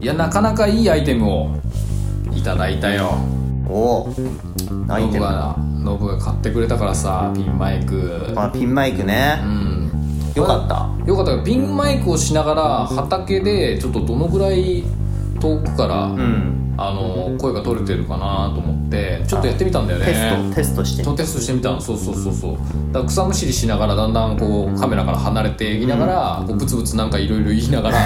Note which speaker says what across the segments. Speaker 1: いやなかなかいいアイテムをいただいたよ
Speaker 2: おお何
Speaker 1: ノ
Speaker 2: 言っ
Speaker 1: ブ
Speaker 2: てんの
Speaker 1: がノブが買ってくれたからさピンマイク
Speaker 2: あピンマイク
Speaker 1: う
Speaker 2: ね
Speaker 1: ん
Speaker 2: よかった
Speaker 1: よかったよピンマイクをしながら畑でちょっとどのぐらい遠くから、
Speaker 2: うん
Speaker 1: あの声が取れてるかなと思ってちょっとやってみたんだよね
Speaker 2: テストテストして
Speaker 1: ちょっとテストしてみたのそうそうそうそうだから草むしりしながらだんだんこうカメラから離れていきながら、こうブツブツなんかいろいろ言いな がら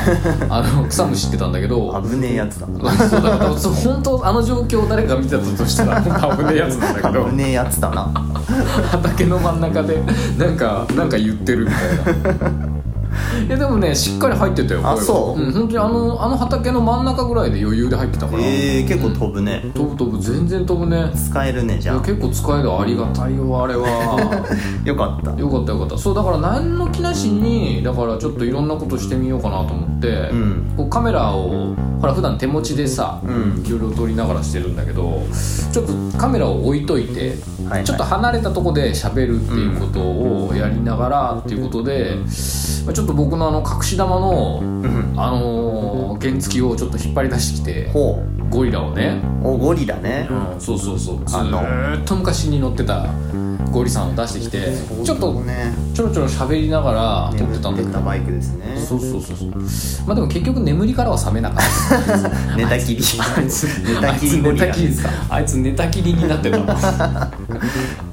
Speaker 1: あの草むしってたんだけど
Speaker 2: 危ねえやつだ
Speaker 1: そうだからそう本当あの状況を誰かが見てたとした ら本当危ねえやつなんだけど
Speaker 2: 危ねえやつだな
Speaker 1: 畑の真ん中でなんかなんか言ってるみたい な。いやでもねしっかり入ってたよ
Speaker 2: あ
Speaker 1: 声が
Speaker 2: そう
Speaker 1: うん本当にあのあの畑の真ん中ぐらいで余裕で入ってたから、
Speaker 2: えー、結構飛ぶね
Speaker 1: 飛ぶ飛ぶ全然飛ぶね
Speaker 2: 使えるねじ
Speaker 1: い
Speaker 2: ゃ
Speaker 1: や
Speaker 2: あ
Speaker 1: 結構使えるありがたいよあれは
Speaker 2: よかった
Speaker 1: よかったよかったそうだから何の気なしにだからちょっといろんなことしてみようかなと思って、
Speaker 2: うん
Speaker 1: こうカメラをほら普段手持ちでさ
Speaker 2: うん
Speaker 1: いろいろ撮りながらしてるんだけどちょっとカメラを置いといて、
Speaker 2: はいはい
Speaker 1: ちょっと離れたとこで喋るっていうことをやりながらっていうことで、まあちょっと僕のあの隠し玉の、
Speaker 2: うん
Speaker 1: あのー原付きをちょっと引っ張り出してきて
Speaker 2: ほ
Speaker 1: ゴリラをね
Speaker 2: うおゴリラね
Speaker 1: そうそうそうず
Speaker 2: あの
Speaker 1: ーっと昔に乗ってたゴリさんを出してきてちょっと
Speaker 2: ね
Speaker 1: ちょろちょろ喋りながら撮っ
Speaker 2: 眠
Speaker 1: てたんだ
Speaker 2: っ
Speaker 1: け
Speaker 2: てた
Speaker 1: ど
Speaker 2: バイクですね
Speaker 1: そうそうそうそうまあでも結局眠りからは覚めなかった
Speaker 2: 寝たきり
Speaker 1: あいつ
Speaker 2: 寝たきりゴリラ
Speaker 1: あいつ寝たきりあいつ寝たきりになってた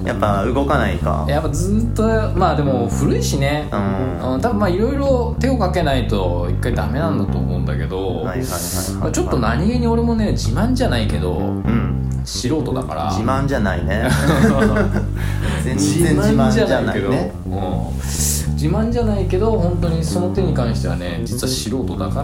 Speaker 2: やっぱ動かないか
Speaker 1: やっぱずっとまあでも古いしね
Speaker 2: う、んは
Speaker 1: うん、多分まあいろいろ手をかけないと一回ダメなんだと思うんだけど、
Speaker 2: いはいはい
Speaker 1: ま
Speaker 2: は
Speaker 1: あ
Speaker 2: い
Speaker 1: ちょっと何気に俺もね自慢じゃないけど
Speaker 2: うん
Speaker 1: 素人だから
Speaker 2: 自慢じゃな いね全然
Speaker 1: 自
Speaker 2: 自
Speaker 1: 慢
Speaker 2: 慢
Speaker 1: じ
Speaker 2: じ
Speaker 1: ゃ
Speaker 2: ゃ
Speaker 1: な
Speaker 2: な
Speaker 1: け
Speaker 2: いい
Speaker 1: ど、
Speaker 2: ね
Speaker 1: うん自慢じゃないけど本当にその手に関してはね実は素人だから、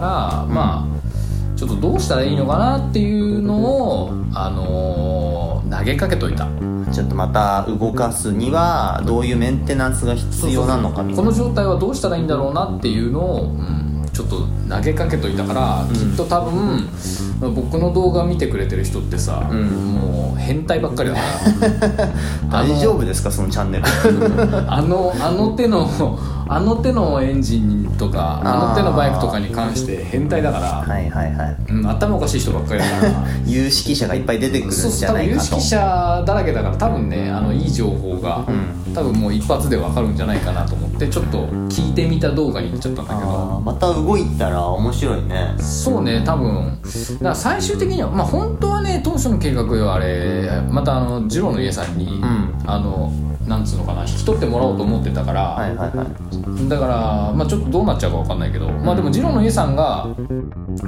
Speaker 1: まあちょっとどうしたらいいのかなっていうのを、あのー投げかけといた
Speaker 2: ちょっとまた動かすにはどういうメンテナンスが必要なのかみ
Speaker 1: こ
Speaker 2: たいな
Speaker 1: の状態はどうしたらいいんだろうなっていうのを、うんちょっと投げかけといたから、
Speaker 2: ん
Speaker 1: きっと多分僕の動画見てくれてる人ってさ、
Speaker 2: うん
Speaker 1: もう変態ばっかり だから
Speaker 2: 大丈夫ですかそのチャンネ ル
Speaker 1: あのあの手のあの手のエンジンとかあの手のバイクとかに関して変態だから、
Speaker 2: はいはいはい
Speaker 1: うん、頭おかしい人ばっかりだから
Speaker 2: 有識者がいっぱい出てくるん
Speaker 1: そう
Speaker 2: じ
Speaker 1: そう
Speaker 2: ゃ
Speaker 1: 多
Speaker 2: な
Speaker 1: 分
Speaker 2: い
Speaker 1: 有
Speaker 2: かと
Speaker 1: 識者だらけだから多分ねあのいい情報が、
Speaker 2: うん
Speaker 1: 多分もう一発でわかるんじゃないかなと思ってちょっと聞いてみた動画に行っちゃったんだけど
Speaker 2: あーまた動いたら面白いね
Speaker 1: そうね多分だから最終的にはまあ本当はね当初の計画はあれまたあの二郎の家さんに、
Speaker 2: ん
Speaker 1: あのなんつうのかな引き取ってもらおうと思ってたから、
Speaker 2: はいはいはい
Speaker 1: だから、まあ、ちょっとどうなっちゃうかわかんないけど、まあ、でも次郎の家さんが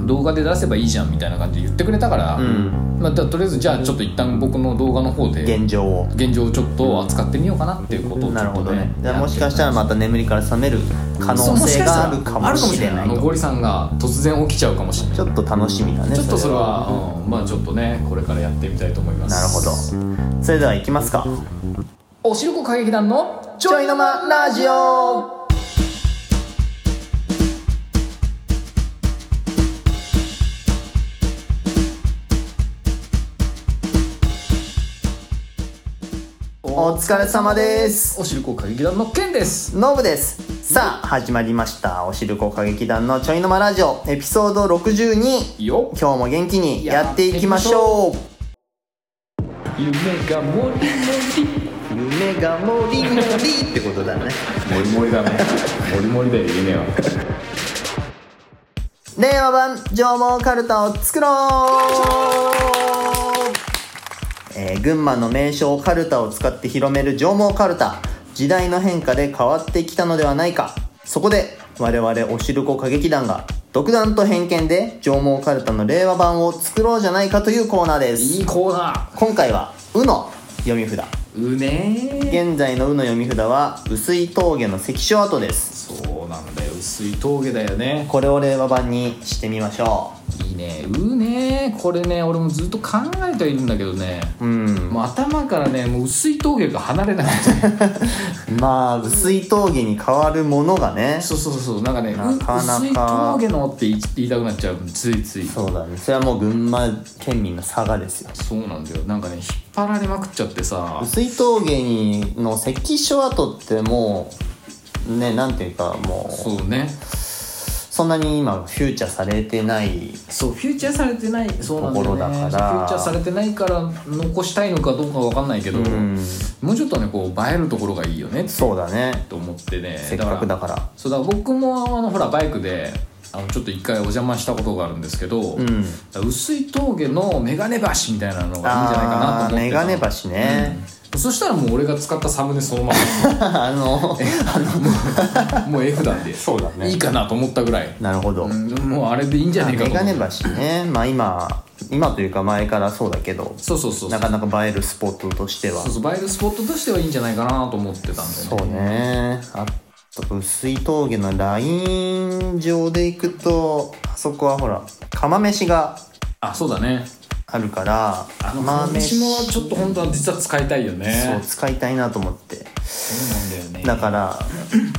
Speaker 1: 動画で出せばいいじゃんみたいな感じで言ってくれたから、
Speaker 2: うん
Speaker 1: まあ、だからとりあえずじゃあちょっと一旦僕の動画の方で
Speaker 2: 現状を
Speaker 1: 現状をちょっと扱ってみようかなっていうことをちょ
Speaker 2: なる
Speaker 1: っ
Speaker 2: ほ
Speaker 1: と
Speaker 2: どね
Speaker 1: ね
Speaker 2: じゃあもしかしたらまた眠りから覚める可能性があるかもしれない
Speaker 1: あの
Speaker 2: と
Speaker 1: ゴリさんが突然起きちゃうかもしれない
Speaker 2: ちょっと楽しみだね
Speaker 1: ちょっとそれ
Speaker 2: は
Speaker 1: は、うんまあちょっとねこれからやってみたいと思います
Speaker 2: なるほどそれでは行きますか
Speaker 1: おしるこ歌劇団のちょいの間ラジオ
Speaker 2: お疲れ様です
Speaker 1: おしるこ歌劇団のケンです
Speaker 2: ノブですさあ始まりましたおしるこ歌劇団のちょいの間ラジオエピソード62
Speaker 1: よ
Speaker 2: 今日も元気にやっていきましょう
Speaker 1: 夢がもりもり
Speaker 2: 夢がもりもりってことだね
Speaker 1: もりもりだねもりもりで夢は
Speaker 2: 令和版縄文カルタを作ろうえー群馬の名称カルタを使って広める縄文カルタ時代の変化で変わってきたのではないかそこで我々おしるこ歌劇団が独断と偏見で縄文カルタの令和版を作ろうじゃないかというコーナーです
Speaker 1: いいコーナ
Speaker 2: 今回は「う」の読み札
Speaker 1: ーうねー
Speaker 2: 現在の「う」の読み札は薄い峠の関所跡です
Speaker 1: そうなんだよ薄い峠だよね
Speaker 2: これを令和版にしてみましょ
Speaker 1: いいねうねーこれね俺もずっと考えてはいるんだけどね
Speaker 2: ううん
Speaker 1: もう頭からねもう薄い峠が離れなくて
Speaker 2: まあ薄い峠に変わるものがね
Speaker 1: そうそうそうなんかね
Speaker 2: なかな
Speaker 1: う
Speaker 2: か
Speaker 1: 薄い峠のって言い言いたくなっちゃうついつい
Speaker 2: そうだねそれはもう群馬県民の差がですよ
Speaker 1: そうなんだよなんかね引っ張られまくっちゃってさ
Speaker 2: 薄い峠にの関所跡ってもうねなんていうかもう
Speaker 1: そうね
Speaker 2: そんなに今フューチャーされてない
Speaker 1: そうフューチャーされてないそうなんだよね
Speaker 2: ところだ
Speaker 1: フ
Speaker 2: から
Speaker 1: ューチャーされてないから残したいのかどうかわかんないけど、
Speaker 2: ん
Speaker 1: もうちょっとねこう映えるところがいいよね
Speaker 2: そうだね
Speaker 1: と思ってね
Speaker 2: せっかくだから
Speaker 1: そうだ僕もあのほらバイクであのちょっと一回お邪魔したことがあるんですけど、
Speaker 2: うん
Speaker 1: 薄い峠のメガネ橋みたいなのがいいんじゃないかな
Speaker 2: あ
Speaker 1: と
Speaker 2: ー
Speaker 1: 思って
Speaker 2: メガネ橋ね、
Speaker 1: 橋そしたらもう俺が使ったサムネそのま
Speaker 2: あの
Speaker 1: まもう絵札で
Speaker 2: そうだね
Speaker 1: いいかなと思ったぐらい、
Speaker 2: なるほど、
Speaker 1: うんもうあれでいいんじゃないか
Speaker 2: メ
Speaker 1: と思
Speaker 2: ガ
Speaker 1: って
Speaker 2: ネ橋ねまあ今今というか前からそうだけど
Speaker 1: そうそうそうそ
Speaker 2: な
Speaker 1: う
Speaker 2: かなか映えるスポットとしては
Speaker 1: そうそうバイルスポットとしてはいいんじゃないかなと思ってたんだよね
Speaker 2: そうねあと薄い峠のライン上で行くとあそこはほら釜飯が
Speaker 1: あそうだね
Speaker 2: あるから
Speaker 1: あの
Speaker 2: 釜
Speaker 1: 私
Speaker 2: 飯
Speaker 1: もちょっと本当は実は使いたいよね
Speaker 2: そう使いたいなと思って
Speaker 1: そうなんだよ
Speaker 2: だ
Speaker 1: ね
Speaker 2: から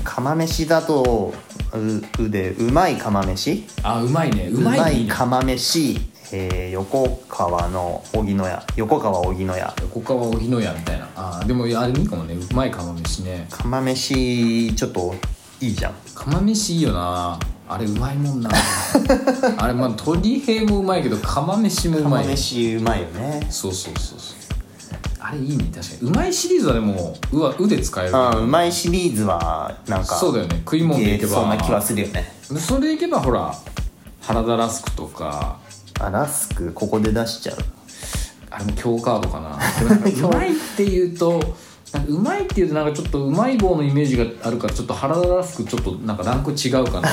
Speaker 2: 釜飯だとううでうまい釜飯
Speaker 1: あうまいねう
Speaker 2: う
Speaker 1: まい
Speaker 2: ま
Speaker 1: ね
Speaker 2: い釜飯、えー横川の荻野屋横川荻野屋
Speaker 1: ここはお日のやみたいなあーでもいやあれいいかもねうまい釜飯ね
Speaker 2: 釜飯ちょっといいじゃん
Speaker 1: 釜飯いいよなあれうまいもん なあれまあ鶏平もうまいけど釜飯もうま
Speaker 2: 釜
Speaker 1: い
Speaker 2: 飯うまいよね
Speaker 1: そうそうそうそうあれいいね確かにうまいシリーズはでもうわうで使える
Speaker 2: うんうまいシリーズはなんか
Speaker 1: そうだよね食い物でいけば
Speaker 2: そうな気はするよね
Speaker 1: それでいけばほら原田ラスクとか
Speaker 2: あラスクここで出しちゃう
Speaker 1: あれも強カードかな うまいっていうとなんかうまいっていうとなんかちょっとうまい棒のイメージがあるからちょっと原田ラスクちょっとなんかランク違うかな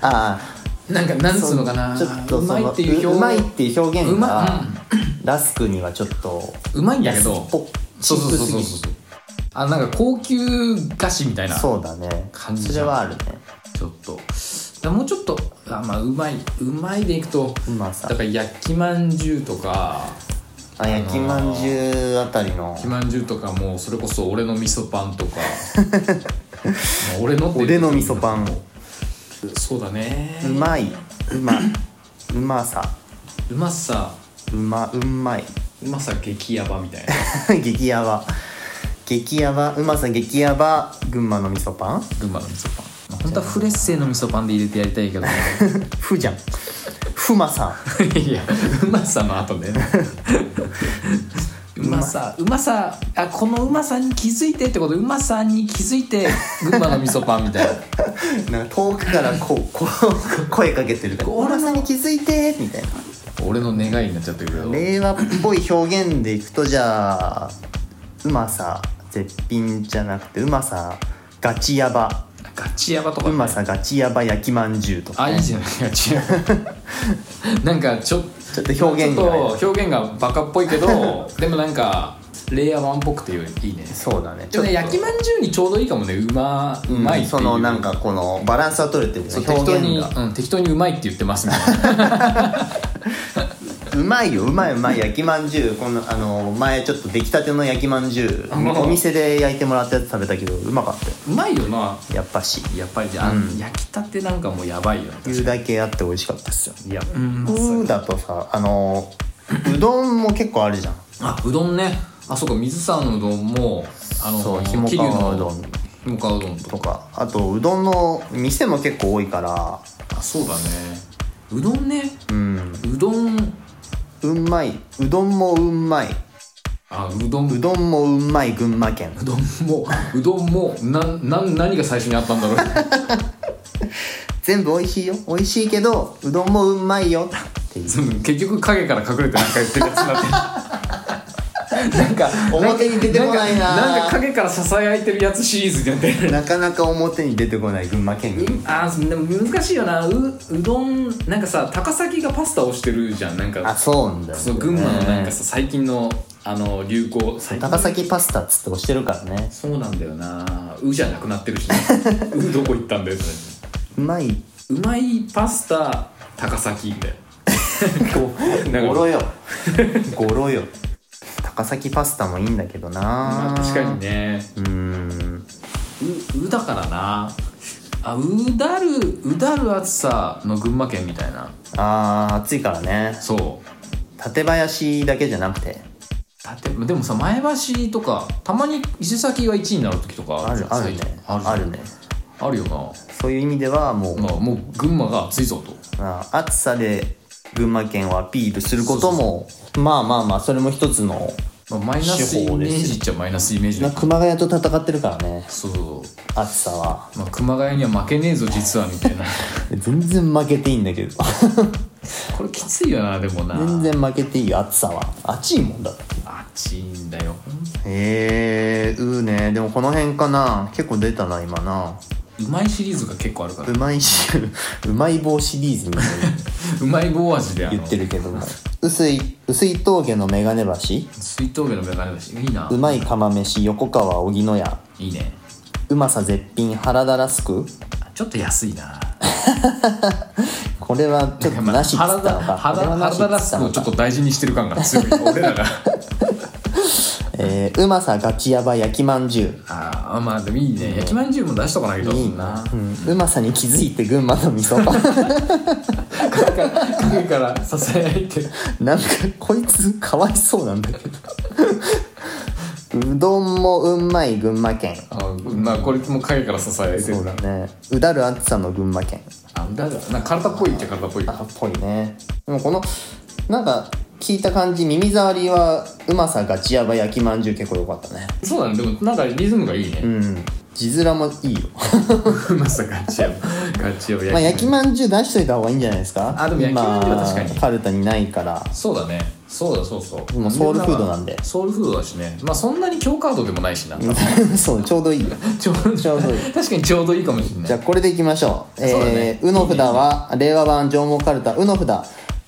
Speaker 2: あ
Speaker 1: なんかなんつうのか
Speaker 2: あ
Speaker 1: な
Speaker 2: ちょっと
Speaker 1: うまいっていう
Speaker 2: その
Speaker 1: 表
Speaker 2: うまいっていう表現
Speaker 1: うま
Speaker 2: がラスクにはちょっと
Speaker 1: うまいんだけど
Speaker 2: 安っぽ
Speaker 1: そうそうそう
Speaker 2: チ
Speaker 1: そ
Speaker 2: ー
Speaker 1: う
Speaker 2: プす
Speaker 1: そうあなんか高級菓子みたいな
Speaker 2: そうだね
Speaker 1: 感じ
Speaker 2: そ
Speaker 1: じ
Speaker 2: れ
Speaker 1: ゃん
Speaker 2: はあるね
Speaker 1: ちょっとだからもうちょっとあまあうまいうまいでいくと
Speaker 2: うまさ
Speaker 1: だから焼きまんじゅうとか
Speaker 2: あ焼きまんじゅうあたりの
Speaker 1: 焼きまんじゅうとかもうそれこそ俺の味噌パンとか まあ俺のって言うと
Speaker 2: 俺の味噌パン
Speaker 1: そうだね
Speaker 2: うまいうまうまさ
Speaker 1: うまさ
Speaker 2: うまうまいう
Speaker 1: まさ激ヤバみたいな
Speaker 2: 激ヤバ激ヤバうまさ激ヤバ群馬の味噌パン
Speaker 1: 群馬の味噌パンまあ本当はフレッセの味噌パンで入れてやりたいけどね
Speaker 2: ふじゃんふまさ
Speaker 1: いやうまさの後ね うまさうまさあこのうまさに気づいてってことうまさに気づいて群馬の味噌パンみ たいな
Speaker 2: なんか遠くからこうこう声かけてるから「
Speaker 1: こう
Speaker 2: うまさに気づいて」みたいな
Speaker 1: 俺の願いになっちゃってるけど
Speaker 2: 令和っぽい表現でいくとじゃあうまさ絶品じゃなくてうまさガチヤバ
Speaker 1: ガチヤバとか
Speaker 2: う
Speaker 1: ね、
Speaker 2: まさガチヤバ焼きまんじゅうとか
Speaker 1: あいいじゃないガチヤ バなんかちょ
Speaker 2: ちょっと表現がね
Speaker 1: ちょっと表現がバカっぽいけどでもなんかレイヤーワンっぽくていいね
Speaker 2: そうだね
Speaker 1: でもね焼きまんじゅうにちょうどいいかもねうまうまいっていう、
Speaker 2: そのなんかこのバランスは取れてるね
Speaker 1: そう適
Speaker 2: 表
Speaker 1: 当
Speaker 2: 現
Speaker 1: に、
Speaker 2: が
Speaker 1: うん、適当にうまいって言ってますみたいな
Speaker 2: うまいようまいうまい焼きまんじゅうこのあの前ちょっと出来たての焼きまんじ ゅうお店で焼いてもらったやつ食べたけどうまかったよ
Speaker 1: うまいよな
Speaker 2: やっぱし
Speaker 1: やっぱりじゃあ、焼きたてなんかもうやばいよね
Speaker 2: 言うだけあって美味しかったっすよ
Speaker 1: いやうん
Speaker 2: うだとさあのうどんも結構あるじゃん
Speaker 1: あうどんねあそうか水沢のうどんもあの
Speaker 2: そうひもかわうどん
Speaker 1: 桐生のひもかわうどんと
Speaker 2: と
Speaker 1: か
Speaker 2: かあとうどんの店も結構多いから
Speaker 1: あそうだねうどんね
Speaker 2: うん
Speaker 1: うどん
Speaker 2: うんまいうどんもうんまい
Speaker 1: あうどん
Speaker 2: うどんもうんまい群馬県
Speaker 1: うどんもうどんもなんなん何が最初にあったんだろう
Speaker 2: 全部美味しいよ美味しいけどうどんもうんまいよっていう
Speaker 1: 結局影から隠れてなんか言ってるやつになってるなんか
Speaker 2: 表に出てこないなん
Speaker 1: かんか影からささやいてるやつシリーズになってる
Speaker 2: なかなか表に出てこない群馬県民
Speaker 1: あーでも難しいよなううどんなんかさ高崎がパスタをしてるじゃんなん
Speaker 2: あ
Speaker 1: か
Speaker 2: そうなんだよ、ね、
Speaker 1: その群馬のなんかさ最近のあの流行最近
Speaker 2: 高崎パスタっつって押してるからね
Speaker 1: そうなんだよなうじゃなくなってるし、ね、 うどこ行ったんだよそれ
Speaker 2: うまいう
Speaker 1: まいパスタ高崎みたい ななんか
Speaker 2: ゴロよ ゴロよ高崎パスタもいいんだけどな、
Speaker 1: まあ確かにね
Speaker 2: うーん
Speaker 1: ううだからなあうだるうだる暑さの群馬県みたいな
Speaker 2: あー暑いからね
Speaker 1: そう
Speaker 2: 館林だけじゃなくて
Speaker 1: だってでもさ前橋とかたまに伊勢崎が1位になる時とか
Speaker 2: あるあるね
Speaker 1: 最近ある
Speaker 2: あるね
Speaker 1: あるよな
Speaker 2: そういう意味ではもう、
Speaker 1: まあもう群馬が暑いぞと
Speaker 2: まあ暑さで群馬県をアピールすることもまあまあまあそれも一つの
Speaker 1: まあ、マイナスイ
Speaker 2: 手法
Speaker 1: メ
Speaker 2: で
Speaker 1: ー
Speaker 2: すよ
Speaker 1: ジっちゃマイナスイメージだ
Speaker 2: な熊谷と戦ってるからね
Speaker 1: そうそう
Speaker 2: 暑さは
Speaker 1: まあ、熊谷には負けねえぞ実はみたいな
Speaker 2: 全然負けていいんだけど
Speaker 1: これきついよなでもな
Speaker 2: 全然負けていいよ暑さは暑いもんだって
Speaker 1: 暑いんだよ
Speaker 2: へえうーねでもこの辺かな結構出たな今な
Speaker 1: うまいシリーズが結構あるから
Speaker 2: うまいし うまい棒シリーズみたいな
Speaker 1: うまい棒味であの
Speaker 2: 言ってるけども薄い薄い峠の眼鏡橋
Speaker 1: 水筒芸のメガネだしいいな
Speaker 2: うまい釜飯横川荻野屋
Speaker 1: いいね
Speaker 2: うまさ絶品腹だらすく
Speaker 1: ちょっと安いな
Speaker 2: これはちょっとなしっつった
Speaker 1: 腹
Speaker 2: のか
Speaker 1: だ
Speaker 2: これ
Speaker 1: 腹
Speaker 2: はなしっつ
Speaker 1: 腹
Speaker 2: ったのか
Speaker 1: ラスクをちょっと大事にしてる感が 強い俺らが
Speaker 2: えーうまさガチヤバ焼きまんじゅう
Speaker 1: ああまあでもいいね焼きまんじゅうも出しとかないといい な
Speaker 2: うんうまさに気づいて群馬の味噌
Speaker 1: 影からささやいて
Speaker 2: なんかこいつかわいそうなんだけどうどんもうんまい群馬県
Speaker 1: あまあこれも影からささやいて
Speaker 2: そう
Speaker 1: る
Speaker 2: だ
Speaker 1: な
Speaker 2: ねうだる暑さの群馬県
Speaker 1: あだだなんか体っぽいっちゃ体っぽい
Speaker 2: あっぽいねでもこのなんか聞いた感じ耳障りはうまさガチヤバ焼きまんじゅう結構良かったね
Speaker 1: そうだねでもなんかリズムがいいね
Speaker 2: うん字面もいいよ
Speaker 1: まさガチやガチや
Speaker 2: まあ焼きまんじゅう出しといた方がいいんじゃないですか
Speaker 1: あでも焼きまんじゅうは確かに
Speaker 2: 今カルタにないから
Speaker 1: そうだねそうだそうそう
Speaker 2: もうソウルフードなんで
Speaker 1: ソウルフードだしねまあそんなに強カードでもないしな
Speaker 2: そうちょうどいいよ
Speaker 1: ちょうど
Speaker 2: ちょうどいい
Speaker 1: 確かにちょうどいいかもしれない
Speaker 2: じゃあこれでいきましょう。
Speaker 1: そうだね
Speaker 2: えー、うの札は、令和版上毛カルタ、うの札、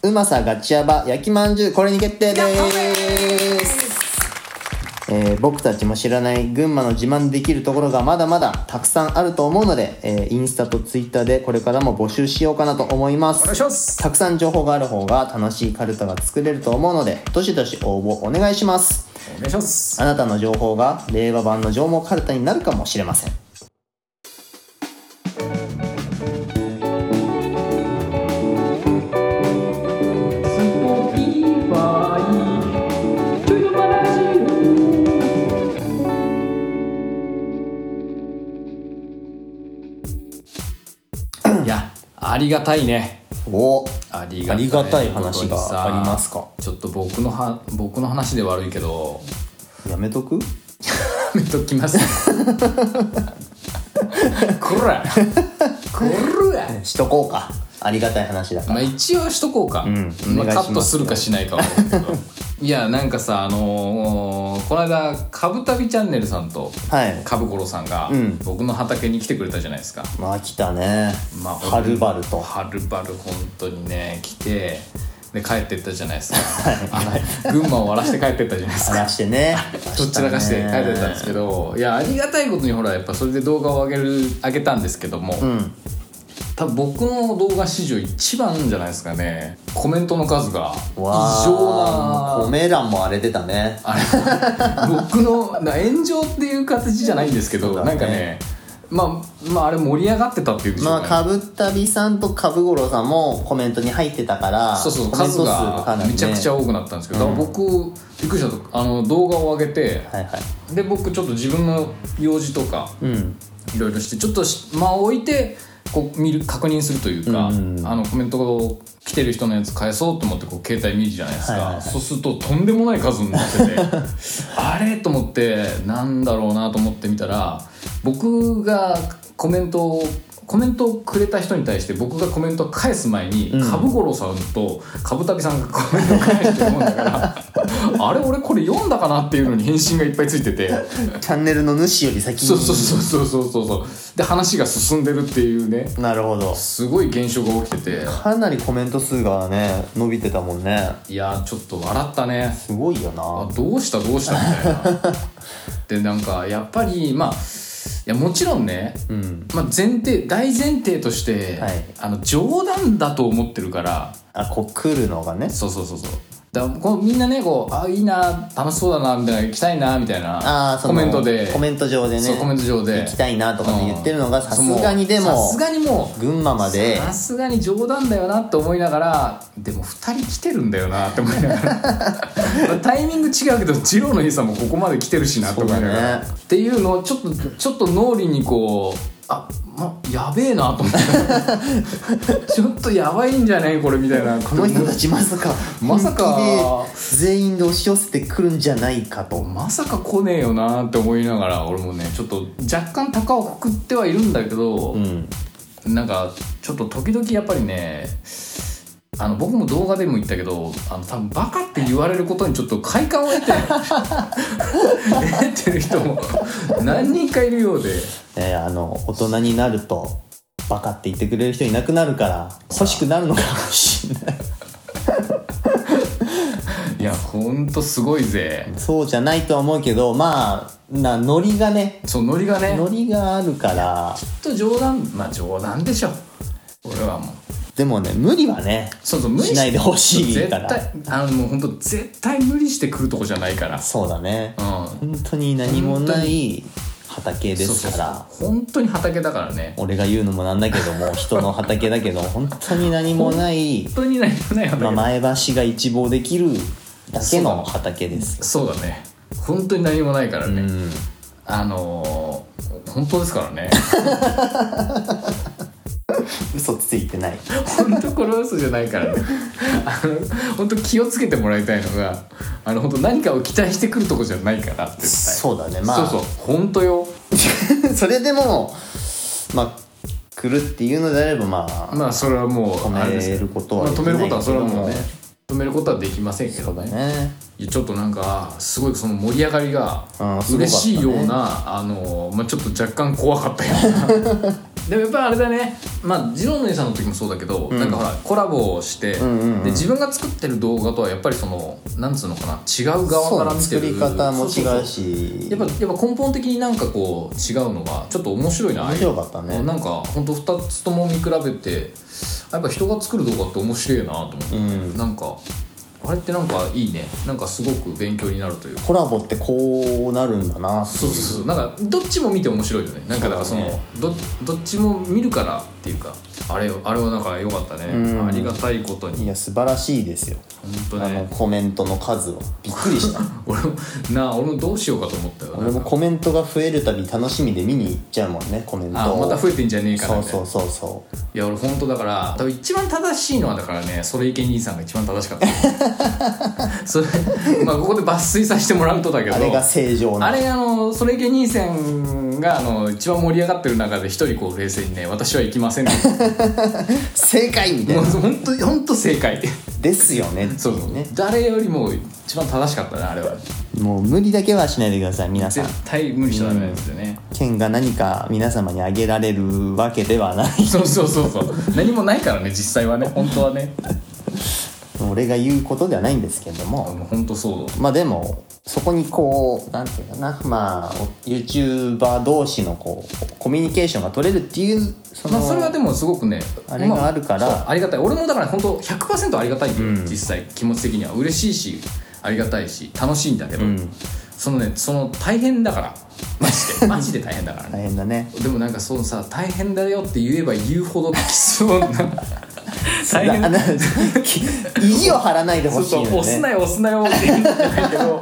Speaker 2: うまさガチヤバ、焼きまんじゅう、これに決定でーす。えー僕たちも知らない群馬の自慢できるところがまだまだたくさんあると思うので、えーインスタとツイッターでこれからも募集しようかなと思います。
Speaker 1: お願いします
Speaker 2: たくさん情報がある方が楽しいカルタが作れると思うので、どしどし応募お願いします。
Speaker 1: お願いします
Speaker 2: あなたの情報が令和版の上毛カルタになるかもしれません。
Speaker 1: いやありがたいね
Speaker 2: お
Speaker 1: あり
Speaker 2: ありがたい話
Speaker 1: ことに
Speaker 2: が
Speaker 1: さ
Speaker 2: ありますか
Speaker 1: ちょっと僕のは僕の話で悪いけど
Speaker 2: やめとく
Speaker 1: やめときます こらこら
Speaker 2: しとこうかありがたい話だか
Speaker 1: ま
Speaker 2: ら
Speaker 1: あ一応しとこうか、
Speaker 2: ん
Speaker 1: ま
Speaker 2: お願
Speaker 1: あ、
Speaker 2: いします
Speaker 1: カットするかしないかはあるけど いやなんかさあのーこの間「かぶたびチャンネル」さんと
Speaker 2: はい
Speaker 1: かぶころさんが
Speaker 2: うん
Speaker 1: 僕の畑に来てくれたじゃないですか、
Speaker 2: まあ来たね、
Speaker 1: まあ
Speaker 2: はるばると
Speaker 1: はるばる本当にね来てで帰ってったじゃないですか、あの群馬を割らして帰ってったじゃないですか
Speaker 2: 話してね
Speaker 1: どっちらかして帰
Speaker 2: 話
Speaker 1: ってたんですけどいやありがたいことにほらやっぱそれで動画を上げる上げたんですけども、
Speaker 2: うん
Speaker 1: 多分僕の動画史上一番じゃないですかねコメントの数が異
Speaker 2: わー
Speaker 1: 常
Speaker 2: コ
Speaker 1: な
Speaker 2: メ欄も荒れてたね
Speaker 1: あれ 僕のな炎上っていう形じゃないんですけど、
Speaker 2: そうだね
Speaker 1: なんかねまあまああれ盛り上がってたっていうんでしょ
Speaker 2: ま
Speaker 1: う
Speaker 2: あ
Speaker 1: ね、
Speaker 2: かぶったびさんとかぶごろさんもコメントに入ってたから
Speaker 1: そうそう
Speaker 2: コメン
Speaker 1: 数
Speaker 2: ト数がか
Speaker 1: が
Speaker 2: なり、ね、
Speaker 1: めちゃくちゃ多くなったんですけど、僕びっくりしたとあの動画を上げて
Speaker 2: はいはい
Speaker 1: で僕ちょっと自分の用事とか
Speaker 2: うん
Speaker 1: いろいろしてちょっとし間を置いてこう見る確認するというか、
Speaker 2: うんうん
Speaker 1: あのコメントを来てる人のやつ返そうと思ってこう携帯見るじゃないですか、
Speaker 2: はいはいはい
Speaker 1: そうするととんでもない数になっててあれと思ってなんだろうなと思ってみたら僕がコメントをコメントをくれた人に対して僕がコメントを返す前に、
Speaker 2: ん
Speaker 1: かぶごろさんとかぶたびさんが コメントを返してるもんだからあれ俺これ読んだかなっていうのに返信がいっぱいついてて。
Speaker 2: チャンネルの主より先に
Speaker 1: そうそうそうそうそうそうそうで話が進んでるっていうね
Speaker 2: なるほど
Speaker 1: すごい現象が起きてて
Speaker 2: かなりコメント数がね伸びてたもんね
Speaker 1: いやーちょっと笑ったね
Speaker 2: すごいよな
Speaker 1: あどうしたどうしたみたいな でなんかやっぱりまあいやもちろんね、
Speaker 2: うん
Speaker 1: まあ、前提大前提として、
Speaker 2: はい
Speaker 1: あの冗談だと思ってるから
Speaker 2: あこう来るのがね
Speaker 1: そうそうそうそうだこうみんなねこうあいいな楽しそうだなみたいな行きたいなみたい
Speaker 2: あ
Speaker 1: な
Speaker 2: ーそ
Speaker 1: コ
Speaker 2: の
Speaker 1: メントで
Speaker 2: コメント上でね
Speaker 1: そうコメント上で
Speaker 2: 行きたいなとかって言ってるのがさすがにで
Speaker 1: うんそう
Speaker 2: も
Speaker 1: さすがにもう
Speaker 2: 群馬まで
Speaker 1: さすがに冗談だよなって思いながらでも2人来てるんだよなって思いなが らタイミング違うけど二郎の兄さんもここまで来てるしなと思いながら、
Speaker 2: そうだね
Speaker 1: っていうのをちょっとちょっと脳裏にこうあまやべえなと思って ちょっとやばいんじゃないこれみたいな
Speaker 2: この人たちまさか
Speaker 1: まさか
Speaker 2: 本気で全員で押し寄せてくるんじゃないかと
Speaker 1: まさか来ねえよなって思いながら俺もねちょっと若干高をくくってはいるんだけど
Speaker 2: う、ん
Speaker 1: なんかちょっと時々やっぱりねあの僕も動画でも言ったけどあの多分バカって言われることにちょっと快感を 得て得てる人も何人かいるようで
Speaker 2: えーあの大人になるとバカって言ってくれる人いなくなるから欲しくなるのかもしれない
Speaker 1: いやほんとすごいぜ
Speaker 2: そうじゃないとは思うけどまあなノリがね
Speaker 1: そうノリがね
Speaker 2: ノリがあるから
Speaker 1: ちょっと冗談まあ冗談でしょ俺はもう
Speaker 2: でもね無理はね
Speaker 1: そうそう無理
Speaker 2: しないでほしいから
Speaker 1: 絶対あのもう本当絶対無理してくるとこじゃないから
Speaker 2: そうだね
Speaker 1: うん
Speaker 2: 本当に何もない畑ですから
Speaker 1: そうそうそう本当に畑だからね
Speaker 2: 俺が言うのもなんだけども人の畑だけど本当に何もない
Speaker 1: 本当に何もない畑だ、
Speaker 2: まあ、前橋が一望できるだけの畑です。
Speaker 1: そうだね本当に何もないからね、
Speaker 2: うん、
Speaker 1: あのー本当ですからね
Speaker 2: 嘘ついてない。
Speaker 1: 本当これは嘘じゃないからねあの本当気をつけてもらいたいのがあの本当何かを期待してくるとこじゃないから絶対
Speaker 2: そうだね、まあ、
Speaker 1: そうそう本当よ
Speaker 2: それでも、まあ、来るっていうのであれば、まあ、
Speaker 1: まあそれはもうあれです
Speaker 2: 止めることは
Speaker 1: まあ、止めることはそれはもうね
Speaker 2: できない
Speaker 1: 止めることはできませんけどね
Speaker 2: ね、
Speaker 1: いやちょっとなんかすごいその盛り上がりが
Speaker 2: うんすごかったね
Speaker 1: 嬉しいような、あの、まあ、ちょっと若干怖かったような でもやっぱりあれだねまあジローの兄さんの時もそうだけど、なんかほらコラボをして、
Speaker 2: んうんうん
Speaker 1: で自分が作ってる動画とはやっぱりそのなんつうのかな違う側から
Speaker 2: そう、
Speaker 1: 見て
Speaker 2: 作
Speaker 1: る
Speaker 2: り方も違うし、
Speaker 1: そうそうそうやっぱやっぱ根本的になんかこう違うのがちょっと面白いなああい
Speaker 2: 面
Speaker 1: う
Speaker 2: 白かったね。
Speaker 1: なんか本当二2つとも見比べてやっぱ人が作る動画って面白いなと思って、
Speaker 2: うん
Speaker 1: なんかあれってなんかいいねなんかすごく勉強になるというか
Speaker 2: コラボってこうなるんだなって
Speaker 1: そ
Speaker 2: いう
Speaker 1: そうそうなんかどっちも見て面白いよねなんかだからそのどどっちも見るからっていうかあれあれはなんか良かったね、
Speaker 2: うん
Speaker 1: ありがたいことに
Speaker 2: いや、素晴らしいですよ。
Speaker 1: 本当
Speaker 2: あの、
Speaker 1: ね
Speaker 2: コメントの数は。びっくりした。
Speaker 1: 俺もなあ俺もどうしようかと思ったよ
Speaker 2: 俺もコメントが増えるたび楽しみで見に行っちゃうもんね、コメント
Speaker 1: あ
Speaker 2: を
Speaker 1: また増えてんじゃねえかなみ
Speaker 2: そう
Speaker 1: たいな
Speaker 2: そうそうそう。
Speaker 1: いや俺本当だから多分一番正しいのはだからねそれ池兄さんが一番正しかったそれまあここで抜粋させてもらうとだけど
Speaker 2: あれが正常な
Speaker 1: あれあのそれ池兄さんがあの一番盛り上がってる中で一人こう冷静にね私は行きませんって
Speaker 2: 正解みたい
Speaker 1: もう
Speaker 2: な
Speaker 1: 本当本当正解
Speaker 2: ですよねって
Speaker 1: そ
Speaker 2: いう
Speaker 1: そう
Speaker 2: うね
Speaker 1: 誰よりも一番正しかったねあれは
Speaker 2: もう無理だけはしないでください皆さん
Speaker 1: 絶対無理しちゃダメですよね、
Speaker 2: 県が何か皆様にあげられるわけではない
Speaker 1: そうそうそうそう何もないからね実際はね本当はね
Speaker 2: 俺が言うことではないんですけど
Speaker 1: あ
Speaker 2: も
Speaker 1: の本当そう
Speaker 2: まあでもそこにこうなんていうかなまあ YouTuber 同士のこうコミュニケーションが取れるっていうその、
Speaker 1: まあ、それはでもすごくね
Speaker 2: あれがあるから
Speaker 1: まあそうありがたい俺もだから本当100%ありがたいよ、
Speaker 2: ん
Speaker 1: 実際気持ち的には嬉しいしありがたいし楽しいんだけど、
Speaker 2: うん
Speaker 1: そのねその大変だからマジ でマジで大変だからね
Speaker 2: 大変だね
Speaker 1: でもなんかそのさ大変だよって言えば言うほどきそう な大変
Speaker 2: だ あの意地を張らないで
Speaker 1: そ
Speaker 2: ほ
Speaker 1: う
Speaker 2: しい
Speaker 1: そ
Speaker 2: よ
Speaker 1: う
Speaker 2: ね
Speaker 1: 押すなよ押すなよって言うんじゃないけど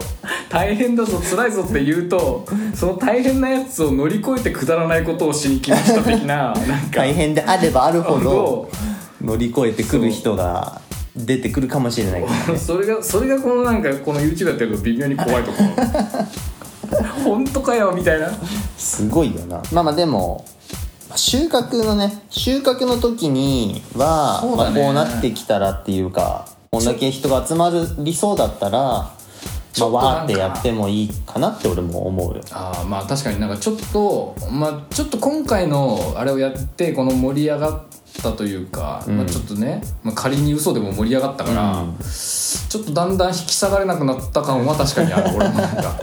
Speaker 1: 大変だぞ辛いぞって言うとその大変なやつを乗り越えてくだらないことをしに来ました的ななんか
Speaker 2: 大変であればあるほど
Speaker 1: ど
Speaker 2: 乗り越えてくる人が出てくるかもしれないから
Speaker 1: それがそれがこのなんかこの YouTube やってると微妙に怖い ところ本当かよみたいな
Speaker 2: すごいよなまあまあでも収穫のね収穫の時には、
Speaker 1: そう
Speaker 2: ま
Speaker 1: だ
Speaker 2: あ、
Speaker 1: ね
Speaker 2: こうなってきたらっていうかこんだけ人が集まりそうだったら
Speaker 1: ち
Speaker 2: まあ
Speaker 1: ょっとなんか
Speaker 2: わーってやってもいいかなって俺も思うよ
Speaker 1: あーまあ確かになんかちょっとまあちょっと今回のあれをやってこの盛り上がったというか、まあちょっとね、まあ、仮に嘘でも盛り上がったから、
Speaker 2: うん
Speaker 1: ちょっとだんだん引き下がれなくなった感は確かにある俺もなんか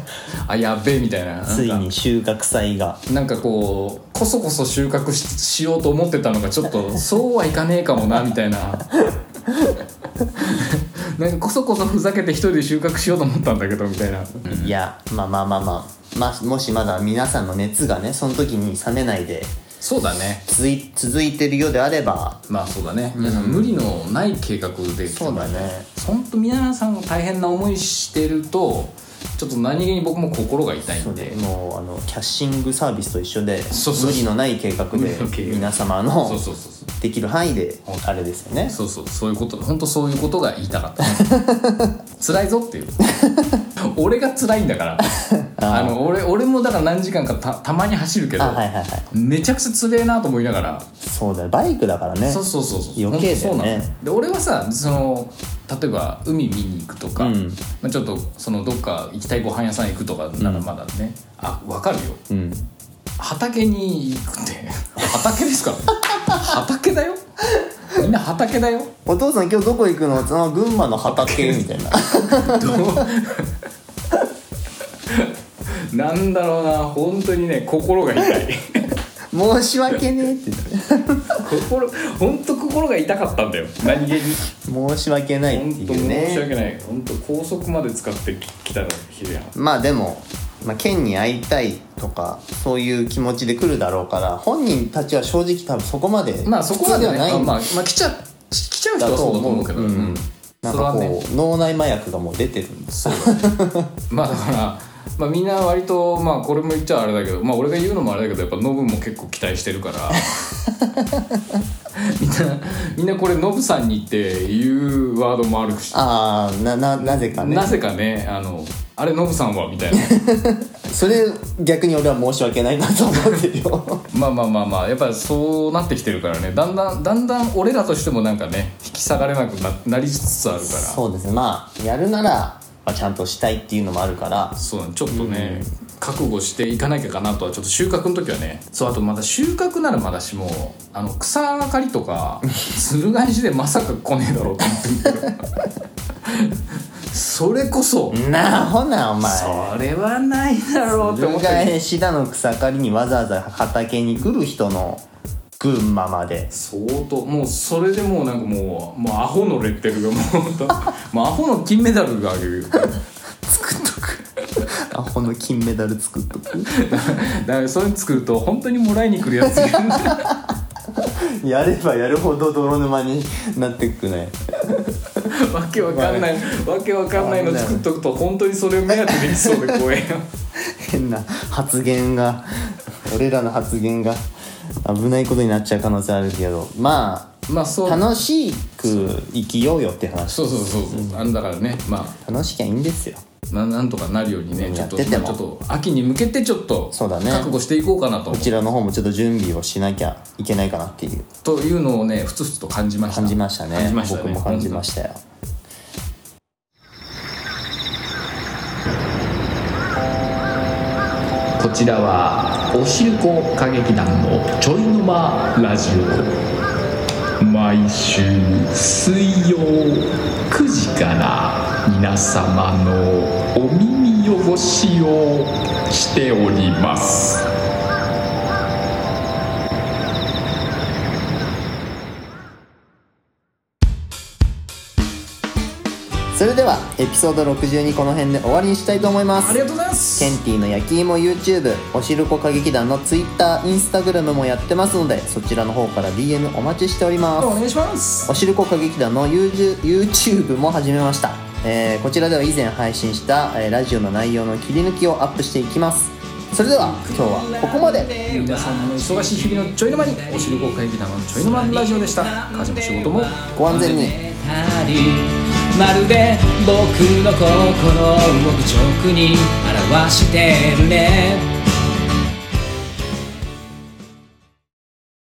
Speaker 1: あやべえみたいななんか
Speaker 2: ついに収穫祭が
Speaker 1: なんかこうこそこそ収穫ししようと思ってたのがちょっとそうはいかねえかもなみたいな なんかこそこそふざけて一人で収穫しようと思ったんだけどみたいない
Speaker 2: やまあまあまあまあ、まあ、もしまだ皆さんの熱がねその時に冷めないで
Speaker 1: そうだね
Speaker 2: 続い続いてるようであれば
Speaker 1: まあそうだね皆さん無理のない計画で
Speaker 2: そうだね
Speaker 1: 本当皆さんが大変な思いしてるとちょっと何気に僕も心が痛い
Speaker 2: そうんで
Speaker 1: で
Speaker 2: もうあのキャッシングサービスと一緒で
Speaker 1: そうそうそう
Speaker 2: 無理のない計画
Speaker 1: 無
Speaker 2: で
Speaker 1: 理の計画
Speaker 2: 皆様の
Speaker 1: そうそうそうそう
Speaker 2: できる範囲であれですよね
Speaker 1: そうそうそういうこと本当そういうことが言いたか った辛いぞっていう俺が辛いんだからあの俺俺もだから何時間かたたまに走るけど、
Speaker 2: あはいはいはい
Speaker 1: めちゃくちゃ辛えなと思いながら、
Speaker 2: そうだよバイクだからね
Speaker 1: そうそうそうそう
Speaker 2: 余計だよね
Speaker 1: 本当そうなので俺はさその例えば海見に行くとか、
Speaker 2: うん
Speaker 1: まあ、ちょっとそのどっか行きたいご飯屋さん行くとかならまだね、あ分かるよ
Speaker 2: うん
Speaker 1: 畑に行くって畑です から、ね、畑だよみんな畑だよ
Speaker 2: お父さん今日どこ行くのあ群馬の畑みたいな
Speaker 1: なんだろうな本当にね心が痛 い
Speaker 2: 申し訳ねえって言って
Speaker 1: 心本当心が痛かったんだよ何気に
Speaker 2: 申し訳ないって
Speaker 1: 本当
Speaker 2: いう
Speaker 1: 申し
Speaker 2: ね
Speaker 1: 訳ない本当高速まで使ってききたのひでやん
Speaker 2: まあでも、まあ、県に会いたいとかそういう気持ちで来るだろうから本人たちは正直多分そこまで
Speaker 1: まあそこは
Speaker 2: 普通
Speaker 1: ね
Speaker 2: ではない
Speaker 1: あ
Speaker 2: ん
Speaker 1: まあ、まあ、来ちゃ来ちゃう人
Speaker 2: だ
Speaker 1: は
Speaker 2: と
Speaker 1: そうだと
Speaker 2: 思
Speaker 1: 思
Speaker 2: う
Speaker 1: うけ
Speaker 2: け
Speaker 1: ど、
Speaker 2: ど、うん、なんかこ
Speaker 1: そ
Speaker 2: う、
Speaker 1: れはね
Speaker 2: 脳内麻薬がもう出てるんです
Speaker 1: まあだから、まあ、みんな割とまあこれも言っちゃあれだけどまあ俺が言うのもあれだけどやっぱノブも結構期待してるから みんなみんなこれノブさんにっていうワードもあるし
Speaker 2: ああなななぜかね
Speaker 1: なぜかねあのあれノブさんはみたいな
Speaker 2: それ逆に俺は申し訳ないなと思ってる よ
Speaker 1: まあまあまあまあやっぱりそうなってきてるからねだんだんだんだん俺らとしてもなんかね引き下がれなくななりつつあるから
Speaker 2: そうですねまあやるなら、まあ、ちゃんとしたいっていうのもあるから
Speaker 1: そうなのちょっとね、覚悟していかなきゃかなとはちょっと収穫の時はねそうあとまた収穫ならまだしもあの草刈りとか鶴返しでまさか来ねえだろうと思ってそれこそ、
Speaker 2: なあほなお前
Speaker 1: それはないだろうって思っ
Speaker 2: 裏
Speaker 1: たけど
Speaker 2: 返しだの草刈りにわざわざ畑に来る人の群馬まで
Speaker 1: 相当もうそれでもうなんかもうもうアホのレッテルがもう本当もうアホの金メダルがあげるよ
Speaker 2: 作っとくアホの金メダル作っとく
Speaker 1: だからそういうの作ると本当にもらいに 来るやつがいる
Speaker 2: やればやるほど泥沼になってくね
Speaker 1: わけわかんない、わけわかんないの作っとくと本当にそれを目当てできそう で怖えよ
Speaker 2: 変な発言が俺らの発言が危ないことになっちゃう可能性あるけどま
Speaker 1: まあそ
Speaker 2: あ
Speaker 1: う
Speaker 2: 楽しく生きようよって話
Speaker 1: そうそうそうそう、あのだからねま
Speaker 2: 楽しきゃいいんですよ
Speaker 1: あななんとかなるようにねちょっと
Speaker 2: やってても
Speaker 1: まあちょっと秋に向けてちょっと
Speaker 2: そうだね
Speaker 1: 覚悟していこうかなと、
Speaker 2: こちらの方もちょっと準備をしなきゃいけないかなっていう
Speaker 1: というのをねふつふつと感じました
Speaker 2: 感じましたね
Speaker 1: 感じましたね
Speaker 2: 僕も感じましたよ
Speaker 1: こちらはおしるこ歌劇団のちょいのまラジオ毎週水曜9時から皆様のお耳汚しをしております
Speaker 2: それではエピソード62この辺で終わりにしたいと思います
Speaker 1: ありがとうございます
Speaker 2: ケンティーの焼き芋 YouTube おしるこ歌劇団の Twitter インスタグラムもやってますのでそちらの方から DM お待ちしております
Speaker 1: お願いします
Speaker 2: おしるこ歌劇団の YouTube YouTube も始めました、えーこちらでは以前配信した、えーラジオの内容の切り抜きをアップしていきますそれでは今日はここまで
Speaker 1: 皆様の忙しい日々のちょいの間におしるこ歌劇団のちょいのまラジオでした家事も仕事も
Speaker 2: ご安全に
Speaker 3: まるで僕の心を直に表してるね